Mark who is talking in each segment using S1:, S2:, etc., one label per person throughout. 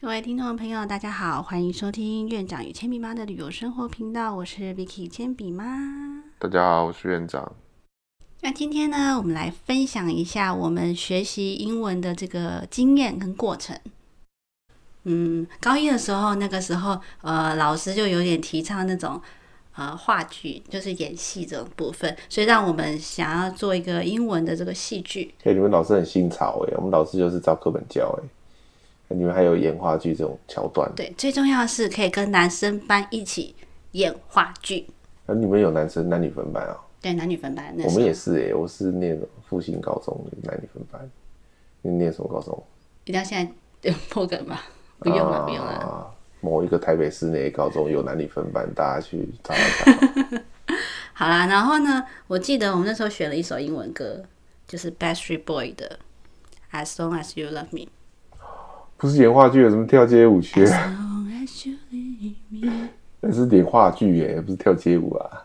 S1: 各位听众朋友，大家好，欢迎收听院长与铅笔妈的旅游生活频道，我是 Vicky 铅笔妈。
S2: 大家好，我是院长。
S1: 那今天呢，我们来分享一下我们学习英文的这个经验跟过程。嗯，高一的时候，那个时候，呃，老师就有点提倡那种呃话剧，就是演戏这种部分，所以让我们想要做一个英文的这个戏剧。
S2: 哎、你们老师很新潮哎、我们老师就是照课本教哎、你们还有演话剧这种桥段？
S1: 对，最重要的是可以跟男生班一起演话剧。
S2: 那、你们有男生男女分班啊？
S1: 对，男女分班那时
S2: 我
S1: 候
S2: 们也是哎、我是念复兴高中的男女分班。你念什么高中？
S1: 一定要现在破梗 吧？不用了，
S2: 啊
S1: 不用了。
S2: 某一个台北市内的高中有男女分班，大家去查查 看。
S1: 好啦，然后呢，我记得我们那时候选了一首英文歌，就是 Backstreet Boy 的《As Long As You Love Me
S2: 不是演话剧，有什么跳街舞去？》。
S1: As long as you love me。
S2: 那是演话剧耶、不是跳街舞啊。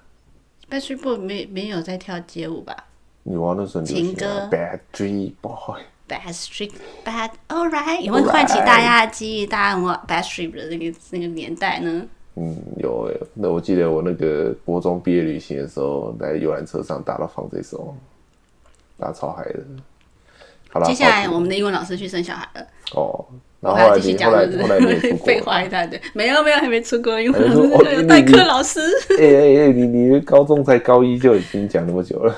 S1: Backstreet Boy 没没有在跳街舞吧
S2: 女王那时候很流行
S1: 情
S2: 啊
S1: 歌
S2: ，Bad Dream Boy。
S1: ？Backstreet Bad Alright 有没有唤起大家的记忆？大家有没有 Backstreet 的那个那个年代呢？
S2: 嗯，有诶、那我记得我那个国中毕业旅行的时候，在游览车上大到放这首，大超嗨的。好啦，
S1: 接下来
S2: 跑题
S1: 我们的英文老师去生小孩了，
S2: 啊哦，
S1: 我
S2: 然后
S1: 还
S2: 后
S1: 要
S2: 来
S1: 继续
S2: 你
S1: 讲
S2: 后来
S1: 是不
S2: 后来你也
S1: 是
S2: 出？国
S1: 废
S2: 了，
S1: 话一大堆，没有没有，还没出国，英文
S2: 哎
S1: 老
S2: 说
S1: 师
S2: 哦
S1: 有
S2: 你
S1: 代课
S2: 你
S1: 老师。
S2: 哎哎哎，你你高中才高一就已经讲那么久 了。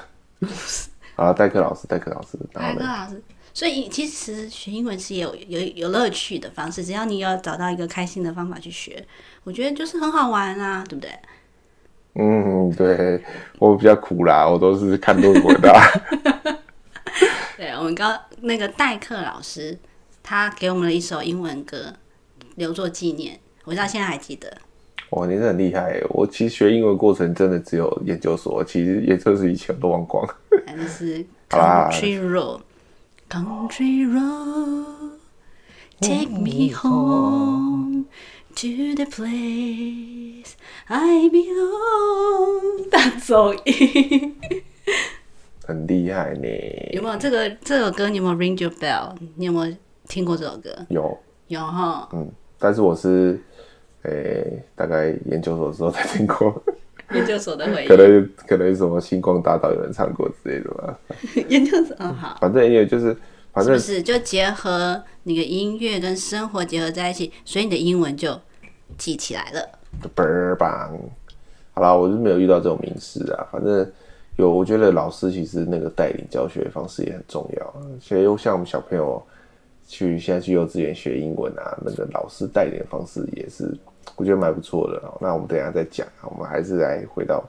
S2: 好了，代课老师，代课老师，然
S1: 白
S2: 后
S1: 哥
S2: 呢？
S1: 老师，所以其实学英文是有有有乐趣的方式，只要你要找到一个开心的方法去学，我觉得就是很好玩啊，对不对？
S2: 嗯，对我比较苦啦，我都是看论文的啊。
S1: 对我们刚那个代课老师，他给我们了一首英文歌，留作纪念，我到现在还记得。
S2: 哇，你是很厉害耶！欸我其实学英文过程真的只有研究所，其实研究所以前我都忘光了。
S1: 反正是
S2: 好啦
S1: Country Road，Country Road，Take me home to the place I belong。大走音，
S2: 很厉害呢。
S1: 有没有这个这首歌？你有没有 Ring Your Bell？你有没有听过这首歌？
S2: 有，
S1: 有哈。
S2: 嗯，但是我是，诶、大概研究所的时候才听过，
S1: 研究所的回
S2: 可能可能什么星光大道有人唱过之类的吧。
S1: 忆， 研究所嗯好。
S2: 反正也有就是，反
S1: 是
S2: 正
S1: 不是就结合你的音乐跟生活结合在一起，所以你的英文就记起来了。
S2: 嘣儿棒。好啦，我是没有遇到这种名师啊。反正有，我觉得老师其实那个带领教学方式也很重要啊。所以像我们小朋友去现在去幼稚园学英文啊，那个老师带领的方式也是我觉得蛮不错的、哦。那我们等一下再讲啊，我们还是来回到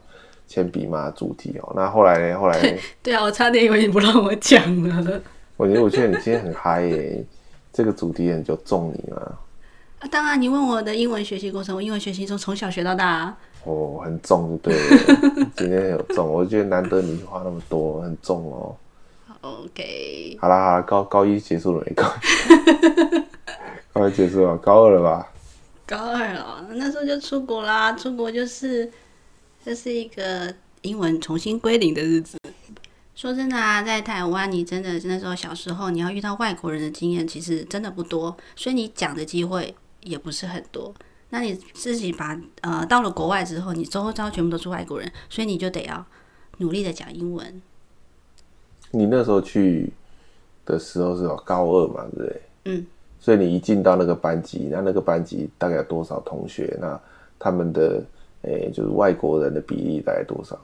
S2: 铅笔妈的主题哦。那后来呢？后来呢？
S1: 对啊，我差点以为你不让我讲了。
S2: 我觉得我觉得你今天很嗨耶、这个主题很就中你了。
S1: 啊，当然，你问我的英文学习过程，我英文学习从从小学到大、啊，
S2: 哦，很重就对了，今天有中，我觉得难得你花那么多，很重哦。
S1: OK，
S2: 好啦好啦，高高一结束了没？高一 高一结束了，高二了吧？
S1: 高二了，那时候就出国啦，出国就是这是一个英文重新归零的日子。说真的啊，在台湾，你真的那时候小时候，你要遇到外国人的经验，其实真的不多，所以你讲的机会也不是很多。那你自己把呃到了国外之后，你周遭全部都是外国人，所以你就得要努力的讲英文。
S2: 你那时候去的时候是有高二嘛，对不对？
S1: 嗯。
S2: 所以你一进到那个班级，那那个班级大概有多少同学？那他们的诶、就是外国人的比例大概多少？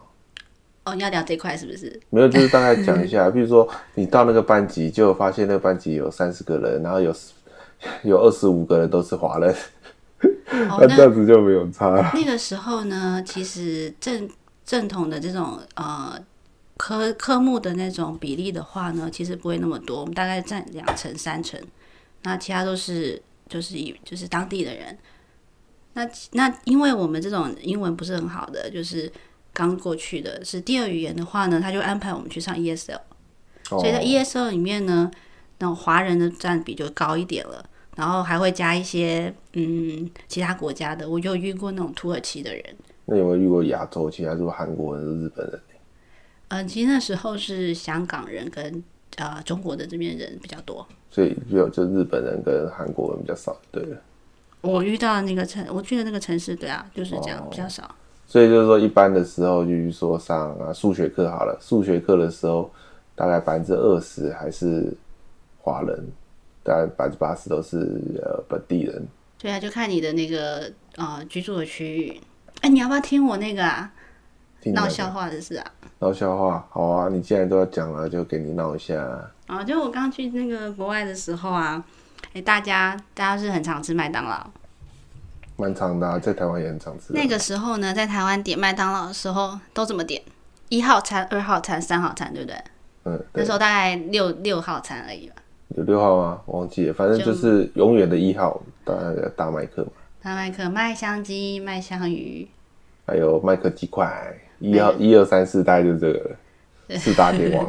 S1: 哦，你要聊这块是不是？
S2: 没有，就是大概讲一下，比 如说你到那个班级，就发现那个班级有三十个人，然后有 有二十五个人都是华人，
S1: 哦
S2: 那，
S1: 那
S2: 这样子就没有 差了。
S1: 那个时候呢，其实正正统的这种呃科科目的那种比例的话呢，其实不会那么多，我们大概占两成三成，那其他都是就是以就是当地的人。那那因为我们这种英文不是很好的，就是刚过去的是第二语言的话呢，他就安排我们去上 E ESL。
S2: 哦
S1: 所以在 ESL 里面呢，那种华人的占比就高一点了，然后还会加一些嗯其他国家的，我就有遇过那种土耳其的人，
S2: 那有没有遇过亚
S1: 呃
S2: 洲？其他是不是韩国人、日本人？
S1: 嗯、其实那时候是香港人跟呃中国的这边人比较多。
S2: 所以只有就日本人跟韩国人比较少，对了。
S1: 我遇到那个城，我去的那个城市，对啊，就是这样，比
S2: 哦
S1: 较少。
S2: 所以就是说，一般的时候，就是说上啊数学课好了，数学课的时候，大概百分之二十还是华人，大概百分之八十都是呃本地人。
S1: 对啊，就看你的那个呃居住的区域。哎，你要不要听我那个啊
S2: 听你
S1: 闹
S2: 来
S1: 笑话的事啊？
S2: 闹笑话，好啊，你既然都要讲了，就给你闹一下啊。
S1: 啊，就我刚去那个国外的时候啊，哎，大家大家是很常吃麦当劳。
S2: 蛮长的、啊，在台湾也很常吃的。
S1: 那个时候呢，在台湾点麦当劳的时候都怎么点？一号餐、二号餐、三号餐，对不对？
S2: 嗯，
S1: 那
S2: 对，
S1: 时候大概六六号餐而已吧。
S2: 有六号吗？我忘记了，反正就是永远的一号，当然有大麦克嘛，
S1: 大麦克、麦香鸡、麦香鱼，
S2: 还有麦克鸡块，一号、一二三四，大概就是这个了，四大天 王。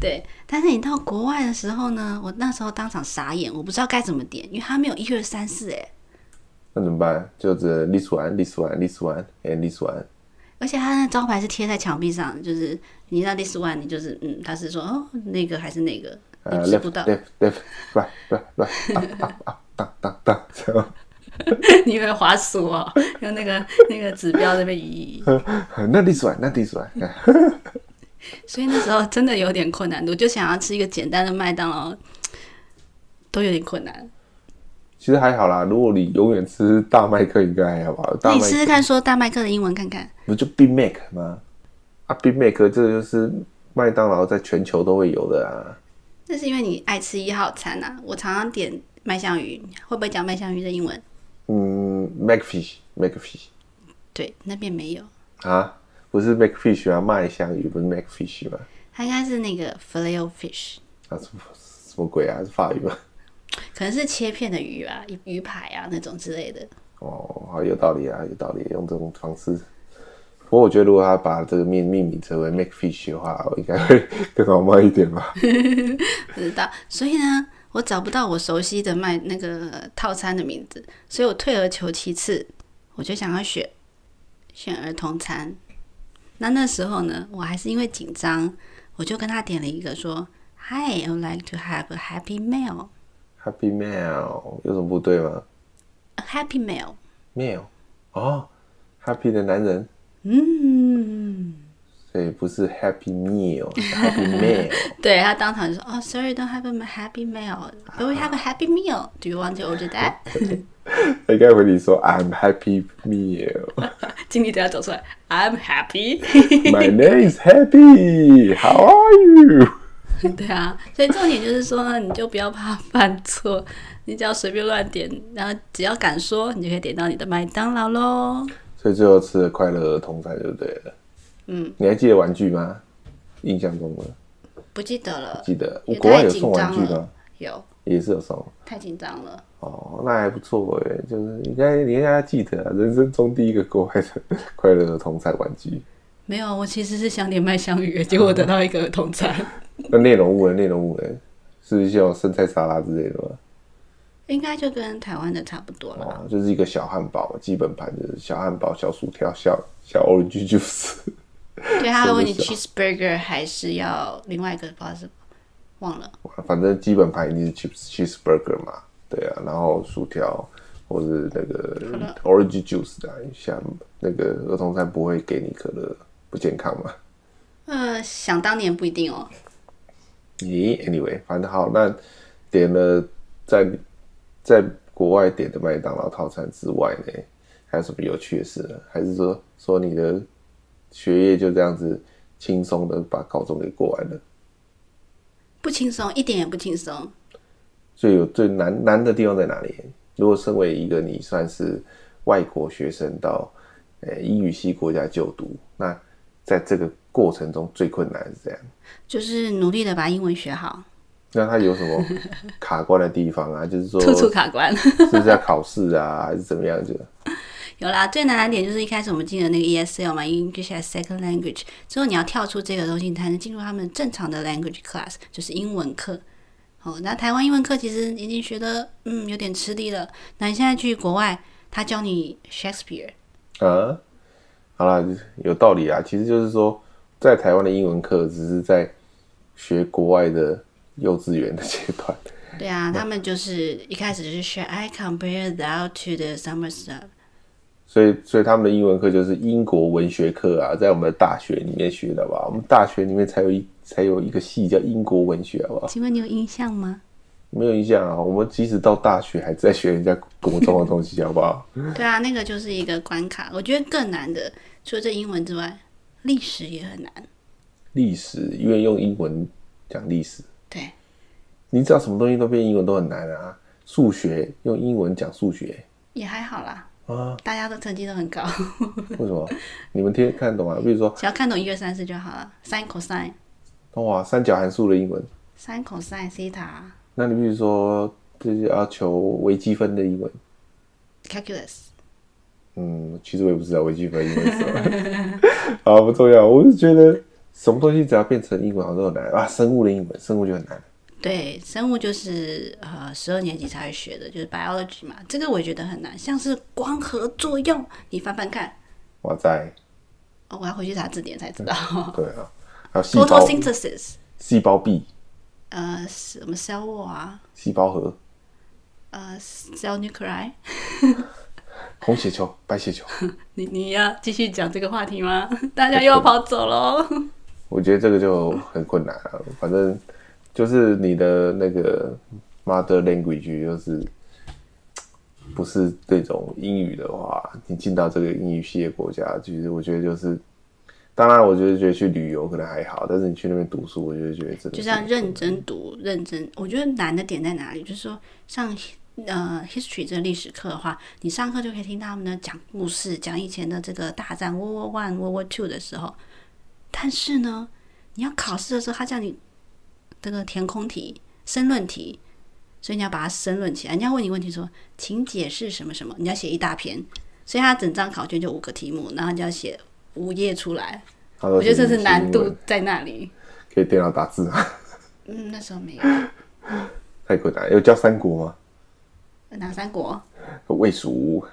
S1: 对。但是你到国外的时候呢，我那时候当场傻眼，我不知道该怎么点，因为它没有一二三四哎，
S2: 那怎么办？就只能历史完，历史完，历史完，哎，历史完。
S1: 而且它那招牌是贴在墙壁上，就是你到 this one，你就是嗯，他是说哦那个还是那个，
S2: 呃
S1: 你吃不
S2: ，left
S1: 到，
S2: left left right right right，当当当当，这样
S1: 你以为滑鼠哦，用那个那个指标在那边移。
S2: 那历史完，那历史完，哎
S1: 所以那时候真的有点困难，我就想要吃一个简单的麦当劳，都有点困难。
S2: 其实还好啦。如果你永远吃大麦克，应该还好吧？
S1: 那
S2: 大
S1: 你
S2: 麦
S1: 试试看说大麦克的英文看看。
S2: 不就 Big Mac 吗？啊，Big Mac 这个就是麦当劳在全球都会有的啊。
S1: 那是因为你爱吃一号餐啊，我常常点麦香鱼，会不会讲麦香鱼的英文？
S2: 嗯，McFish McFish
S1: 对，那边没有，
S2: 啊，不是 McFish 啊，麦香鱼不是 McFish 吗？
S1: 它应该是那个 filet fish，
S2: 啊，什么什么鬼啊？是法语吗？
S1: 可能是切片的鱼啊，鱼排啊那种之类的。
S2: 哦，好有道理啊，有道理，用这种方式。不过我觉得，如果他把这个命命名成为 make fish 的话，我应该会 更好卖一点吧。
S1: 不知道，所以呢，我找不到我熟悉的卖那个套餐的名字，所以我退而求其次，我就想要选选儿童餐。那那时候呢，我还是因为紧张，我就跟他点了一个说：“Hi, I would like to have a happy meal,
S2: Happy Mail 有什么不对吗
S1: a happy meal。
S2: ？Mail 哦，Happy 的男人，”
S1: 嗯，
S2: 所以不是 Happy Meal，Happy Mail
S1: 对他当场就说：“哦、s o r r y don't have a happy meal, but we have a happy meal. Do you want to order that？”
S2: 应该回你说 I'm Happy Meal，My
S1: 经理等下走出来：“I'm happy。”
S2: name is Happy，How are you？
S1: 对啊，所以重点就是说呢，你就不要怕犯错， 你只要随便乱点，然后只要敢说，你就可以点到你的麦当劳喽。
S2: 所以最后吃了快乐儿童餐就对了。
S1: 嗯，
S2: 你还记得玩具吗？印象中的
S1: 不记得了，
S2: 记得，
S1: 也
S2: 国外
S1: 太
S2: 有
S1: 紧
S2: 送玩具
S1: 张
S2: 吗
S1: 了？，有
S2: 也是有送。
S1: 太紧张了。
S2: 哦，那还不错哎，就是应该你应该记得、啊，人生中第一个国外的 快乐儿童餐玩具。
S1: 没有，我其实是想点麦香鱼， 结果我得到一个儿童餐，
S2: 那内容物呢？内容物呢？是一些有生菜沙拉之类的吗？
S1: 应该就跟台湾的差不多了。
S2: 哦，就是一个小汉堡，基本盘就是小汉堡、小薯条、小小 orange juice。 哦
S1: 对，啊他还问你
S2: 什
S1: cheeseburger 还是要另外一个，不知道是忘了。
S2: 反正基本盘一定是 cheese cheeseburger 嘛，对啊，然后薯条或是那个 orange juice 的、啊，像那个儿童餐不会给你可乐，不健康嘛。
S1: 呃，想当年不一定哦。
S2: 咦，anyway，反正好，那点了在在国外点的麦当劳套餐之外呢，还有什么有趣的事呢？还是说说你的学业就这样子轻松的把高中给过完了？
S1: 不轻松，一点也不轻松。
S2: 最有最难难的地方在哪里？如果身为一个你算是外国学生到呃英语系国家就读，那在这个过程中最困难是这样。
S1: 就是努力的把英文学好，
S2: 那他有什么卡关的地方啊？就是说，
S1: 处处卡关。
S2: 是不是要考试啊，还是怎么样？就
S1: 有啦，最难的点就是一开始我们进了那个 ESL 嘛，English as Second Language，之后你要跳出这个东西，你才能进入他们正常的 language class，就是英文课。哦，那台湾英文课其实已经学的嗯有点吃力了，那你现在去国外，他教你 Shakespeare，
S2: 啊，好啦，有道理啊。其实就是说，在台湾的英文课只是在学国外的幼稚园的阶段。
S1: 对啊，他们就是一开始就是 s h a I compare that to the summer stuff。
S2: 所以，所以他们的英文课就是英国文学课啊，在我们的大学里面学的吧？我们大学里面才有一才有一个系叫英国文学，好不好？
S1: 请问你有印象吗？
S2: 没有印象啊，我们即使到大学还在学人家国中的东西，好不好？
S1: 对啊，那个就是一个关卡。我觉得更难的，除了这英文之外，历史也很难。
S2: 历史，因为用英文讲历史，
S1: 对，
S2: 你只要什么东西都变英文都很难啊。数学用英文讲数学
S1: 也还好啦，
S2: 啊？
S1: 大家都成绩都很高，
S2: 为什么？你们听看得懂啊？比如说，
S1: 只要看懂一二三四就好了。sin cosine。
S2: 哇，三角函数的英文，
S1: 三 cosine theta
S2: 那你比如说，就是要求微积分的英文，
S1: calculus
S2: 嗯，其实我也不知道微积分英文是什么，好不重要。我就觉得什么东西只要变成英文，好像都很难啊。生物的英文，生物就很难。
S1: 对，生物就是呃十二年级才会学的，就是 biology 嘛。这个我也觉得很难，像是光合作用，你翻翻看。
S2: 哇塞，
S1: 哦，我要回去查字典才知道。
S2: 对啊，还有细胞，
S1: Photosynthesis，
S2: 细胞壁，
S1: 呃，什么 cell wall 啊，
S2: 细胞核，
S1: 呃，cell nuclei。
S2: 红血球、白血球。
S1: 你你要继续讲这个话题吗？ 大家又要跑走喽。
S2: 我觉得这个就很困难啊。反正就是你的那个 mother language 就是不是这种英语的话，你进到这个英语系的国家，其实我觉得就是，当然我就是觉得去旅游可能还好，但是你去那边读书，我就觉得真的
S1: 就是是要认真读，认真。我觉得难的点在哪里？就是说上呃 history 这个历史课的话，你上课就可以听他们呢讲故事，讲以前的这个大战 World War One、World War Two 的时候。但是呢，你要考试的时候，他叫你这个填空题、申论题，所以你要把它申论起来。人家问你问题说，请解释什么什么，你要写一大篇。所以他整张考卷就五个题目，然后你就要写五页出来。嗯
S2: 他都
S1: 我觉得这是难
S2: 英文
S1: 度在那里。
S2: 可以电脑打字吗？啊
S1: 嗯，那时候没有。
S2: 太困难了。有教三国吗？
S1: 哪三国？
S2: 魏蜀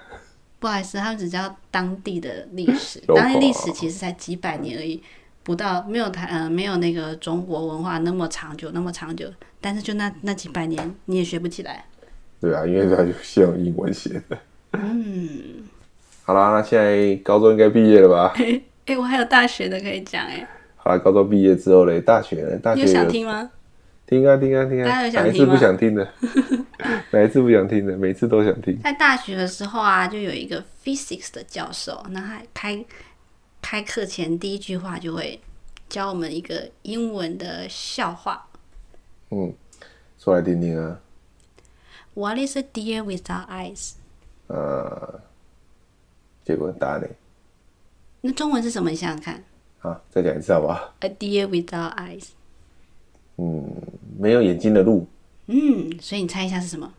S1: 不好意思，他们只教当地的历史，
S2: 有
S1: 当地历
S2: 吧
S1: 史其实才几百年而已，不到没有台呃没有那个中国文化那么长久那么长久，但是就那那几百年你也学不起来。
S2: 对啊，因为他就是用英文写的。
S1: 嗯，
S2: 好啦，那现在高中应该毕业了吧？
S1: 哎、诶我还有大学的可以讲哎、
S2: 好啦，高中毕业之后嘞，大学呢？大
S1: 你
S2: 学
S1: 有想
S2: 有
S1: 听吗？
S2: 听啊听啊听
S1: 大家
S2: 啊，
S1: 有想
S2: 哪一
S1: 听
S2: 次
S1: 吗
S2: 不想听的？ 哪一次不想听的？每次都想听。
S1: 在大学的时候啊，就有一个 physics 的教授，那他开开课前第一句话就会教我们一个英文的笑话
S2: 嗯，说来听听啊。
S1: ：What is a deer without eyes？
S2: 呃，结果答案呢？
S1: 那中文是什么？你想想看。
S2: 啊，再讲一次好不好？
S1: A deer without eyes。
S2: 没有眼睛的路，
S1: 嗯，所以你猜一下是什么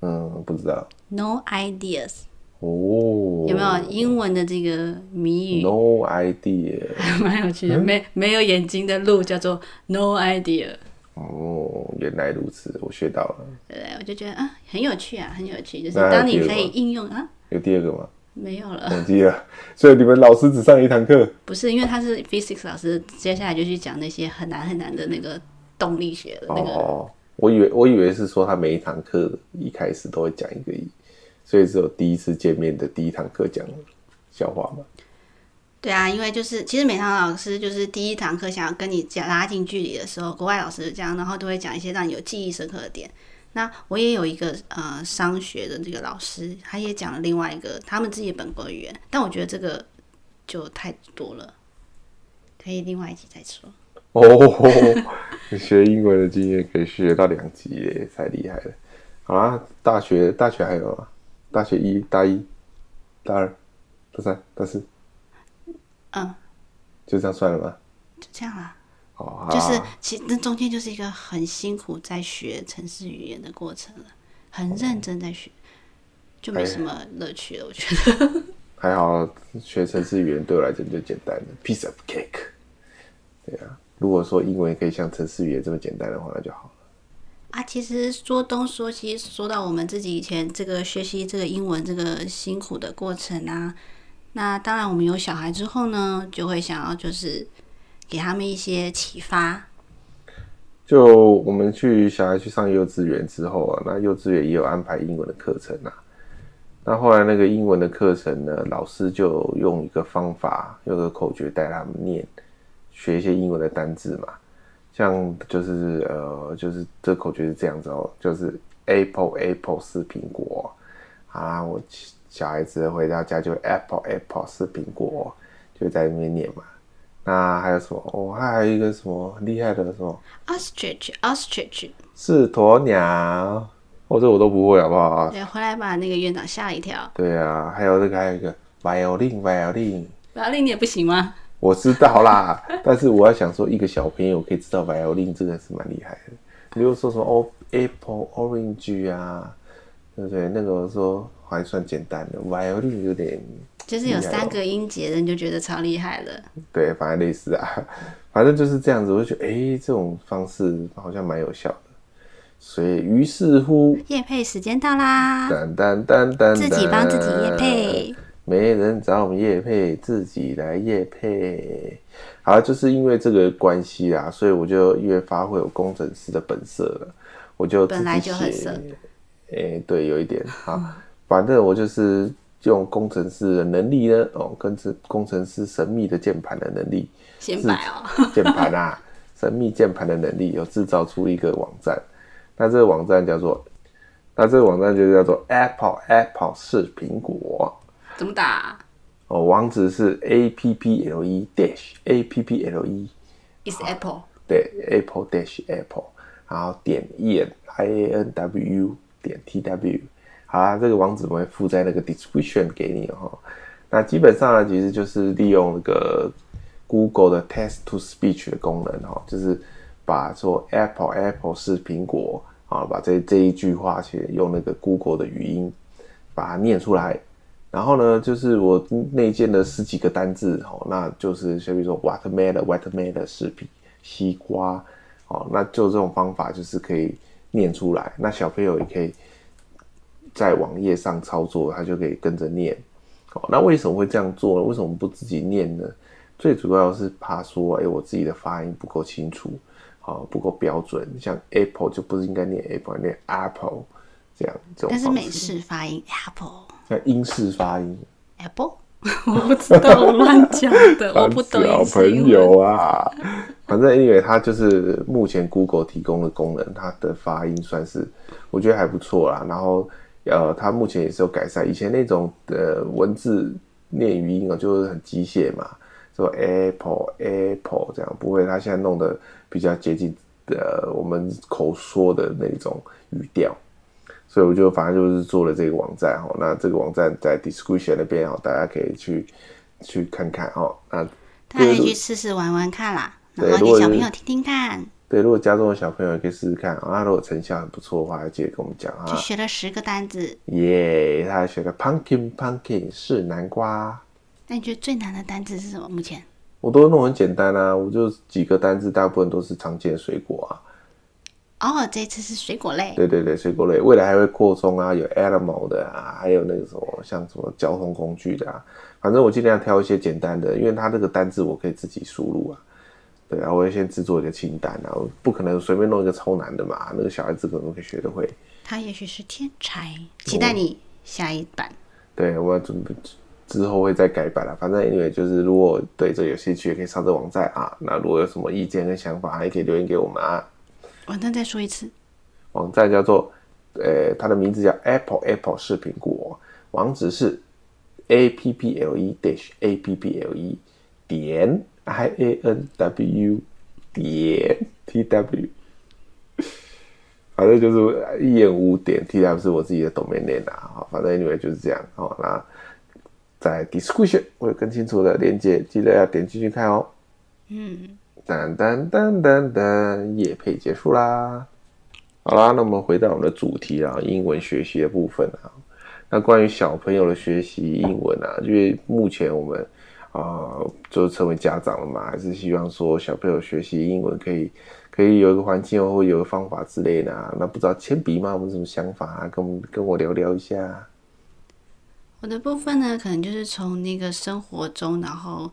S2: 嗯，不知道。
S1: ？No ideas，
S2: 哦，
S1: 有没有英文的这个谜语？
S2: ？No 嗯 idea。
S1: 蛮有趣的，没没有眼睛的鹿叫做 No idea。
S2: 哦，原来如此，我学到了。
S1: 对不对，我就觉得啊，很有趣啊，很有趣。就是
S2: 那还有
S1: 当你
S2: 别
S1: 可
S2: 的
S1: 以
S2: 吗嗯
S1: 应用啊，
S2: 有第二个吗？
S1: 没有了，
S2: 忘记了。所以你们老师只上一堂课。
S1: 不是因为他是 physics 老师，接下来就去讲那些很难很难的那个动力学的那个。
S2: 哦，我以为我以为是说他每一堂课一开始都会讲一个一，所以只有第一次见面的第一堂课讲笑话嘛。
S1: 对啊，因为就是其实美堂老师就是第一堂课想要跟你讲拉近距离的时候，国外老师是这样，然后都会讲一些让你有记忆深刻的点。那我也有一个呃商学的这个老师，他也讲了另外一个他们自己本国语言，但我觉得这个就太多了，可以另外一集再说。
S2: 哦， 学英文的经验可以学到两级耶，太厉害了。好啦，大学大学还有啊，大学一大一、大二、大三、大四，
S1: 嗯，
S2: 就这样算了吗？
S1: 就这样啦。
S2: 哦，好啦
S1: 就是其实那中间就是一个很辛苦在学城市语言的过程了，很认真在学，就没什么乐趣了，我觉得。
S2: 还好，学城市语言对我来讲就简单了，piece of cake。对啊，如果说英文可以像城市语言这么简单的话，那就好了。
S1: 啊，其实说东说西，说到我们自己以前这个学习这个英文这个辛苦的过程啊，那当然我们有小孩之后呢，就会想要就是给他们一些启发。
S2: 就我们去小孩去上幼稚园之后啊，那幼稚园也有安排英文的课程啊。那后来那个英文的课程呢，老师就用一个方法，用个口诀带他们念，学一些英文的单字嘛。像就是呃，就是这口诀是这样子哦，就是 apple apple 是苹果啊，我小孩子回到家就 apple apple 是苹果，哦就在那边念嘛。那还有什么？哦，还有一个什么很厉害的什么？
S1: ostrich ostrich，
S2: 是鸵鸟，哦，这我都不会，好不好？
S1: 对，回来把那个院长吓一跳。
S2: 对啊，还有那个，还有一个 violin，violin，
S1: 然后令你也不行吗？
S2: 我知 道啦，但是我要想说，一个小朋友可以知道 violin 这个是蛮厉害的。你又说什么哦，apple、orange 啊，对不对？那个我说还算简单的，violin 有点
S1: 就是有
S2: 厉害哦
S1: 三个音节的，你就觉得超厉害了。
S2: 对，反正类似啊，反正就是这样子。我就觉得，哎、这种方式好像蛮有效的，所以于是乎，
S1: 夜配时间到啦，
S2: 噔噔噔噔噔，
S1: 自己帮自己夜配。
S2: 没人找我们叶配，自己来叶配。好，就是因为这个关系啊，所以我就越发挥我工程师的本色了。我就自己
S1: 本来就
S2: 写
S1: 很色
S2: 哎、对，有 一点啊。反正我就是用工程师的能力呢，哦，跟这工程师神秘的键盘的能力，
S1: 显摆哦。
S2: 键盘啊，神秘键盘的能力，有制造出一个网站。那这个网站叫做，那这个网站就叫做 Apple Apple 是苹果。
S1: 怎么打啊、
S2: 哦，网址是 a p p l e dash a p p l e
S1: i s Apple
S2: 对 apple dash apple，然后点 e n i a n w 点 t w，好啦，这个网址我会附在那个 description 给你哦。那基本上呢，其实就是利用那个 Google 的 text to speech 的功能哦，就是把说 apple apple 是苹果啊，把这这一句话去用那个 Google 的语音把它念出来。然后呢，就是我内建了十几个单字，哦，那就是像比如说 watermelon、watermelon 是苹西瓜，哦，那就这种方法就是可以念出来，那小朋友也可以在网页上操作，他就可以跟着念。哦，那为什么会这样做呢？为什么不自己念呢？最主要是怕说，哎、我自己的发音不够清楚，好、不够标准。像 apple 就不是应该念 apple，念 apple 这样这种
S1: 但是
S2: 方
S1: 美式
S2: 式，
S1: 发音 Apple
S2: 像英式发音。
S1: Apple，我 不知道，我乱讲 的，我不懂
S2: 小
S1: 意思。
S2: 朋友啊，反正因为它就是目前 Google 提供的功能，它的发音算是我觉得还不错啦。然后呃，它目前也是有改善，以前那种呃文字念语音哦，就是很机械嘛，说 apple apple 这样，不会，它现在弄得比较接近呃我们口说的那种语调。所以我就反正就是做了这个网站哦，那这个网站在 description 那边哦，大家可以去去看看哦。那
S1: 大家可以去试试玩玩看啦，
S2: 对
S1: 然后
S2: 如果
S1: 给小
S2: 是
S1: 朋友听听看，
S2: 对，如果家中的小朋友也可以试试看啊。那如果成效很不错的话，记得跟我们讲
S1: 就
S2: 啊。
S1: 学了十个单字。
S2: 耶、他还学了 pumpkin pumpkin 是南瓜，
S1: 那你觉得最难的单字是什么？目前
S2: 我都弄很简单啊，我就几个单字，大部分都是常见的水果啊。
S1: 哦，这一次是水果类，
S2: 对对对，水果类未来还会扩充啊，有 animal 的啊，还有那个什么像什么交通工具的啊，反正我尽量挑一些简单的，因为它这个单字我可以自己输入啊。对啊，我会先制作一个清单啊，我不可能随便弄一个超难的嘛，那个小孩子可能会学得会。
S1: 他也许是天才，
S2: 哦
S1: 期待你下一版。
S2: 对，我准备之后会再改版了。反正因为就是，如果对这有兴趣，也可以上这网站啊。那如果有什么意见跟想法，也可以留言给我们啊。
S1: 我那再说一次，
S2: 网站叫做，呃，它的名字叫 Apple Apple 是苹果，哦网址是 a p p l e dash a p p l e 点 i a n w 点 t w，反正就是燕屋点 t w 是我自己的 domain name 啊，好反正 anyway 就是这样哦。那在 description 会有更清楚的连接，记得要点进去看哦。嗯，噔噔噔噔噔，夜配结束啦。好啦，那我们回到我们的主题啊，英文学习的部分啊。那关于小朋友的学习英文啊，因为目前我们啊、就成为家长了嘛，还是希望说小朋友学习英文可以可以有一个环境哦或有个方法之类的啊。那不知道铅笔妈有没有什么想法啊？跟我们跟我聊聊一下。啊
S1: 我的部分呢，可能就是从那个生活中，然后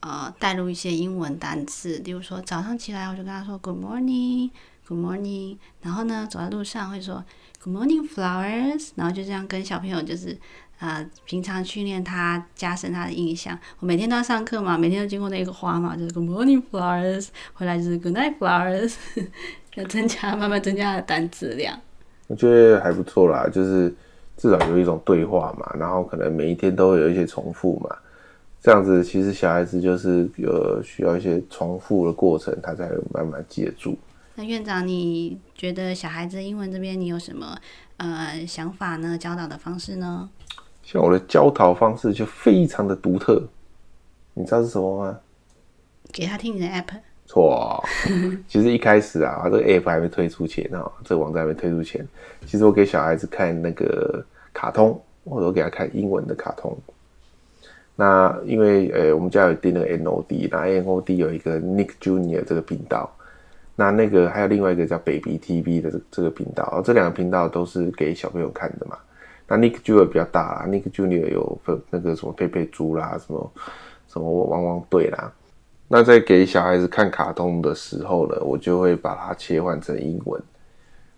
S1: 呃带入一些英文单词，例如说早上起来我就跟他说 Good morning。 Good morning，然后呢，走在路上会说 Good morning flowers，然后就这样跟小朋友就是呃，平常训练他，加深他的印象。我每天都要上课嘛，每天都经过那个花嘛，就是 Good morning flowers，回来就是 Good night flowers，要 增加慢慢增加他的单词量。
S2: 我觉得还不错啦，就是至少有一种对话嘛，然后可能每一天都会有一些重复嘛，这样子其实小孩子就是有需要一些重复的过程，他才会慢慢记住。
S1: 那院长，你觉得小孩子英文这边你有什么呃想法呢？教导的方式呢？
S2: 像我的教导方式就非常的独特，你知道是什么吗？
S1: 给他听你的 app，
S2: 错，哦 其实一开始啊，这个 app 还没推出前啊，这个网站还没推出前，其实我给小孩子看那个卡通，或者我给他看英文的卡通。那因为呃、我们家有订那个 NOD，那 NOD 有一个 Nick Junior 这个频道，那那个还有另外一个叫 Baby TV 的这这个频道，然后这两个频道都是给小朋友看的嘛。那 Nick Junior 比较大啦，Nick Junior 有分那个什么佩佩猪啦，什么什么汪汪队啦，那在给小孩子看卡通的时候呢，我就会把它切换成英文。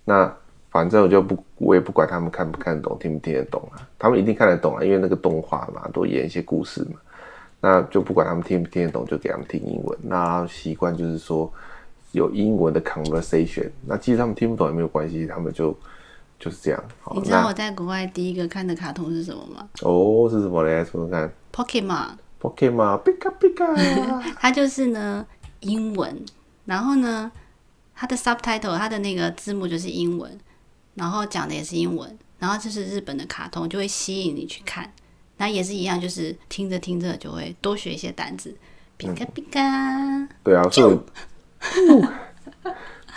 S2: 那反正我就不，我也不管他们看不看得懂，听不听得懂啊，他们一定看得懂啊，因为那个动画嘛，都演一些故事嘛。那就不管他们听不听得懂，就给他们听英文。那习惯就是说有英文的 conversation。那其实他们听不懂也没有关系，他们就就是这样。好
S1: 你，知道
S2: 那
S1: 我在国外第一个看的卡通是什么吗
S2: 哦是什么嘞？说说看
S1: ？Pokemon，
S2: ，Pokemon，皮卡皮卡。
S1: 它就是呢英文，然后呢它的 subtitle，它的那个字幕就是英文，然后讲的也是英文，然后这是日本的卡通，就会吸引你去看。那也是一样，就是听着听着就会多学一些单字，皮卡皮卡。
S2: 对啊，所以我，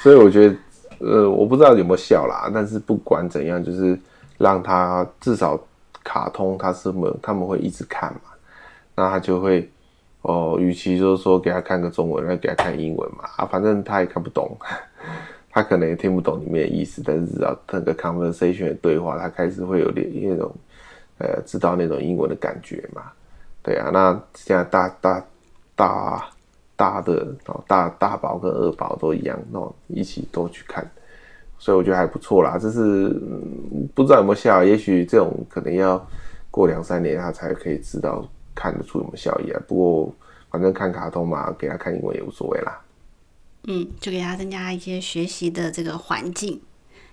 S2: 所以我 觉得，呃，我不知道有没有效啦，但是不管怎样，就是让他至少卡通他是们他们会一直看嘛，那他就会哦，与其就是说给他看个中文，那给他看英文嘛，啊，反正他也看不懂， 他可能也听不懂里面的意思，但是至少那个 conversation 的对话，他开始会有点那种呃，知道那种英文的感觉嘛，对啊，那现在大大大大的，然后大大宝跟二宝都一样，那种一起都去看，所以我觉得还不错啦。这是、嗯不知道有没有效，也许这种可能要过两三年他才可以知道看得出有没有效益啊。不过反正看卡通嘛，给他看英文也无所谓啦。
S1: 嗯，就给他增加一些学习的这个环境。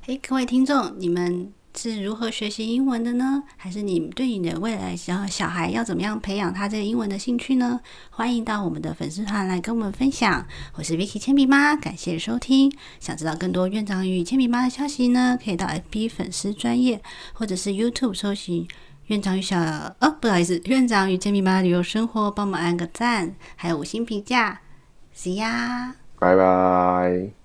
S1: 诶，各位听众，你们是如何学习英文的呢？还是你对你的未来小小孩要怎么样培养他这个英文的兴趣呢？欢迎到我们的粉丝团来跟我们分享。我是 Vicky 铅笔妈，感谢收听。想知道更多院长与铅笔妈的消息呢，可以到 FB 粉丝专业或者是 YouTube 搜寻。院长与小呃，不好意思，院长与铅笔妈旅游生活，帮忙按个赞，还有五星评价，See ya。
S2: 拜拜。